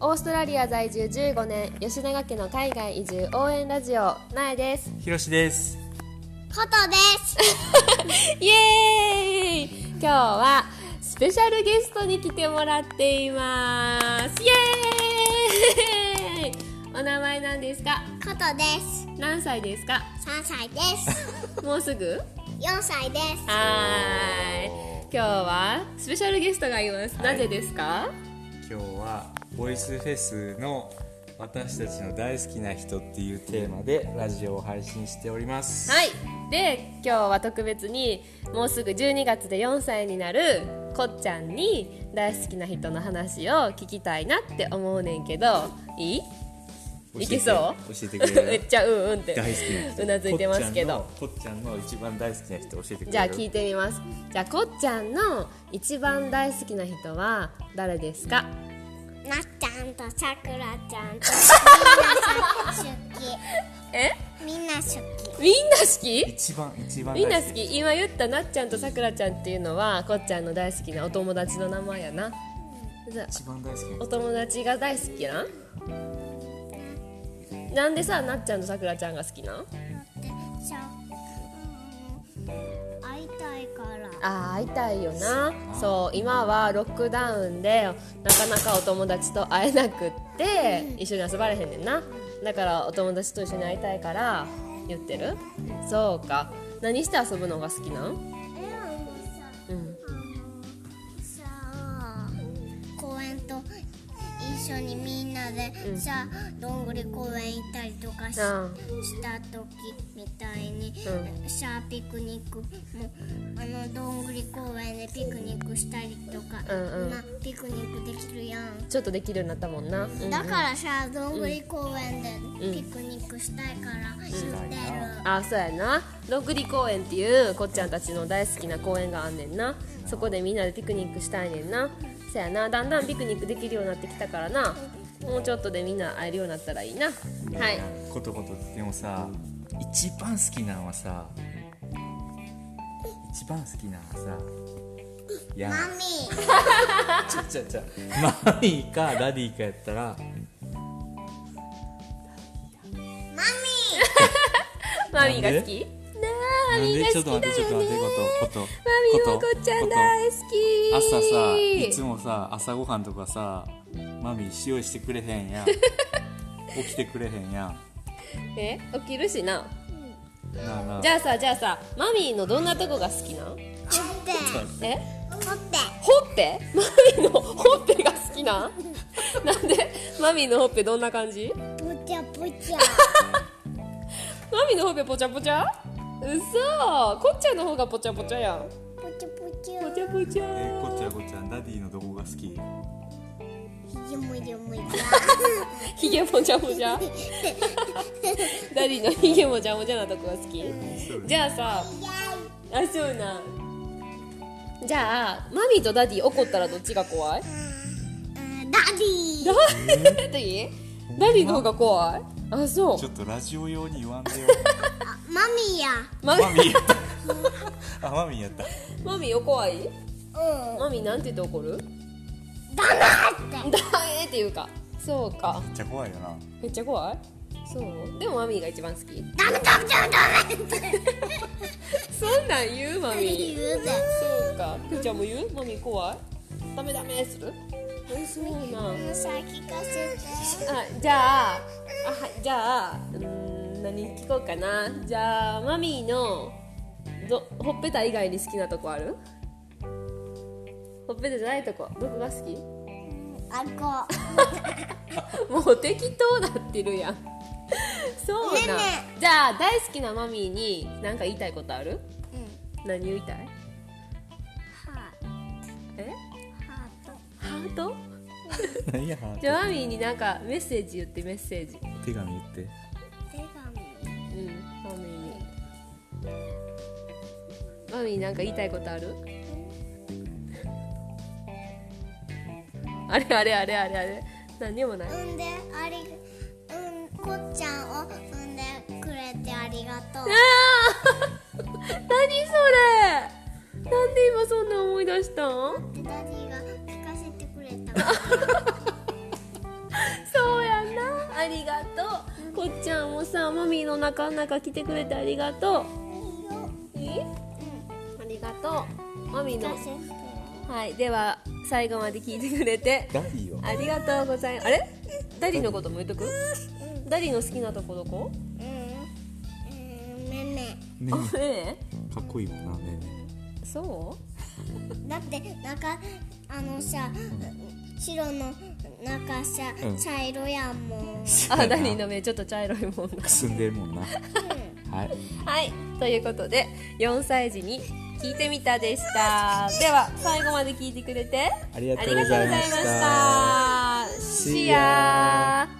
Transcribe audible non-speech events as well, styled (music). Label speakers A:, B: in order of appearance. A: オーストラリア在住15年吉永家の海外移住応援ラジオなえです
B: ひろしです。
C: ことです。
A: (laughs) イエーイ今日はスペシャルゲストに来てもらっていますイエーイお名前なんですか
C: ことです。
A: 何歳ですか
C: 三歳です。
A: もうすぐ
C: 四歳です。
A: はーい今日はスペシャルゲストがいます、
B: はい
A: なぜですか
B: 今日はボイスフェスの私たちの大好きな人っていうテーマでラジオを配信しております。
A: はいで今日は特別にもうすぐ12月で4歳になるこっちゃんに大好きな人の話を聞きたいなって思うねんけどいいいけそう
B: 教えてく
A: (laughs)
B: れ
A: め
B: る
A: っ。ちゃうんうんって
B: 大好きな人。
A: うなずいてますけど
B: こっちゃんの。こっちゃんの一番大好きな人教えてくれる。
A: じゃあ聞いてみますじゃあこっちゃんの一番大好きな人は誰ですか
C: なっちゃんとさくらちゃんと。
A: え
C: みんな好き。みんな好き。
A: みんな好き
B: 一番一番
A: みんな
B: 大好
A: 好き今言ったなっちゃんとさくらちゃんっていうのはこっちゃんの大好きなお友達の名前やなじゃあ
B: き。一番大好きな
A: お
B: 人。
A: 友達が大好きなんなんでさなっちゃんとさくらちゃんが好きなん
C: で、しょ。うん会いたいか
A: あ
C: ら。
A: ー会いたいよなそう今はロックダウンでなかなかお友達と会えなくって一緒に遊ばれへんねんなだからお友達と一緒に会いたいから言ってるそうか何して遊ぶのが好きなん
C: え、あのさ、
A: うん
C: あのさあ、公園と。一緒にみんなで、
A: うん
C: さあどんぐり公園行ったりとかし
A: あ
C: した時みたいに、
A: う
C: シャーピクニックもあのどんぐり公園でピクニックしたりとか、
A: うんうん
C: 今ピクニックできるやん、
A: ちょっとできるようになったもんな、うんうん
C: だからさどんぐり公園
A: うん
C: でピクニックしたいから言ってる、
A: あそうやなどんぐり公園っていうこっちゃんたちの大好きな公園があんねんなそこでみんなでピクニックしたいねんなそやなだんだんピクニックできるようになってきたからなもうちょっとでみんな会えるようになったらいいなはい。
B: ことことでもさ、一番好きなのはさ、一番好きなのはさ、いや。
C: マミー
B: ちゃちゃちゃマミーかダディかやったら
C: マ
A: マミーが好きなあマミーが
B: ちょ
A: 好
B: っと待
A: き
B: ってちょっ
A: だよ
B: と待
A: ね
B: ってことこと
A: マミーは
B: こ
A: ことっちゃん大好き
B: 朝さいつもさ朝ごはんとかさマミー使用してくれへ
A: (laughs)
B: んやん起きてくれへんやん
A: え起きるしな
B: なあなあ
A: じゃあさじゃあさマミーのどんなとこが好きなん
C: ーほっ
A: え
C: てほって
A: ほっぺマミーのほっぺが好きなんなんでマミーのほっぺどんな感じ
C: ぽちゃぽちゃ
A: マミーのほっぺぽちゃぽちゃうそこっちゃんの方がぽちゃぽちゃやん
C: ぽちゃぽちゃ
A: ぽちゃぽちゃ
B: えこっちゃんこっちゃんダディのどこが好き
C: ひげもいりもいり
A: ひげもじゃもじゃダディのひげもじゃもじゃなとこが好きじゃあさあそうなんじゃあマミーとダディ怒ったらどっちが怖い
C: ダディ
A: ダディダディの方が怖いあそう
B: ちょっとラジオ用に言わんでよ
C: マミーや
A: (laughs) マミ
B: マミーやったあマミーやった
A: マミーお怖い
C: うん
A: マミーなんて言って怒る
C: 黙
A: (laughs)
C: って
A: だえーっていうかそうか
B: めっちゃ怖いよな
A: めっちゃ怖いそうでもマミーが一番好き
C: ダメダメダメダメって
A: そんなん言うマミ
C: 言
A: ー
C: うぜ
A: そうかくーちゃんも言うマミー怖いダメダメするえそうなん
C: さあ聞かせて
A: あじゃああはいじゃあうーん何聞こうかなじゃあマミーのどほっぺた以外に好きなとこあるほっぺたじゃないとこどこが好き
C: あこ
A: もう適当なってるやんそうなん
C: ねえね
A: じゃあ大好きなマミーに何か言いたいことある
C: うん
A: 何言いたい
C: ハ
A: え
C: ハート
A: ハート
B: 何や
A: じゃあマミーになんかメッセージ言ってメッセージ
B: 手紙言って
C: 手紙
A: うんマミーにマミーなんか言いたいことあるあれあれあれあれあれ何にもない
C: 産んでありうんこっちゃんを産んでくれてありがとう
A: (laughs) 何それなんで今そんな思い出したん
C: ってダディが聞かせてくれたから
A: ありがとうこっちゃんもさマミーの中ん中来てくれてありがとうえありがとうマミーのはいでは最後まで聞いてくれて
B: ダディよ
A: ありがとうございますあれダディのことも言っとくダディの好きなとこどこ
C: めめ
B: ね
A: あえ
B: えかっこいいもんなね
A: えそう
C: だって中あのさ白の中さ
B: うん
C: 茶色や
B: (laughs)
C: もん
A: あ、ダニーの目ちょっと茶色いもんな
B: くすんでるもんなはい
A: はい、ということで4歳児に聞いてみたでしたでは最後まで聞いてくれて
B: ありがとうございました
A: ありがとうございましたシアー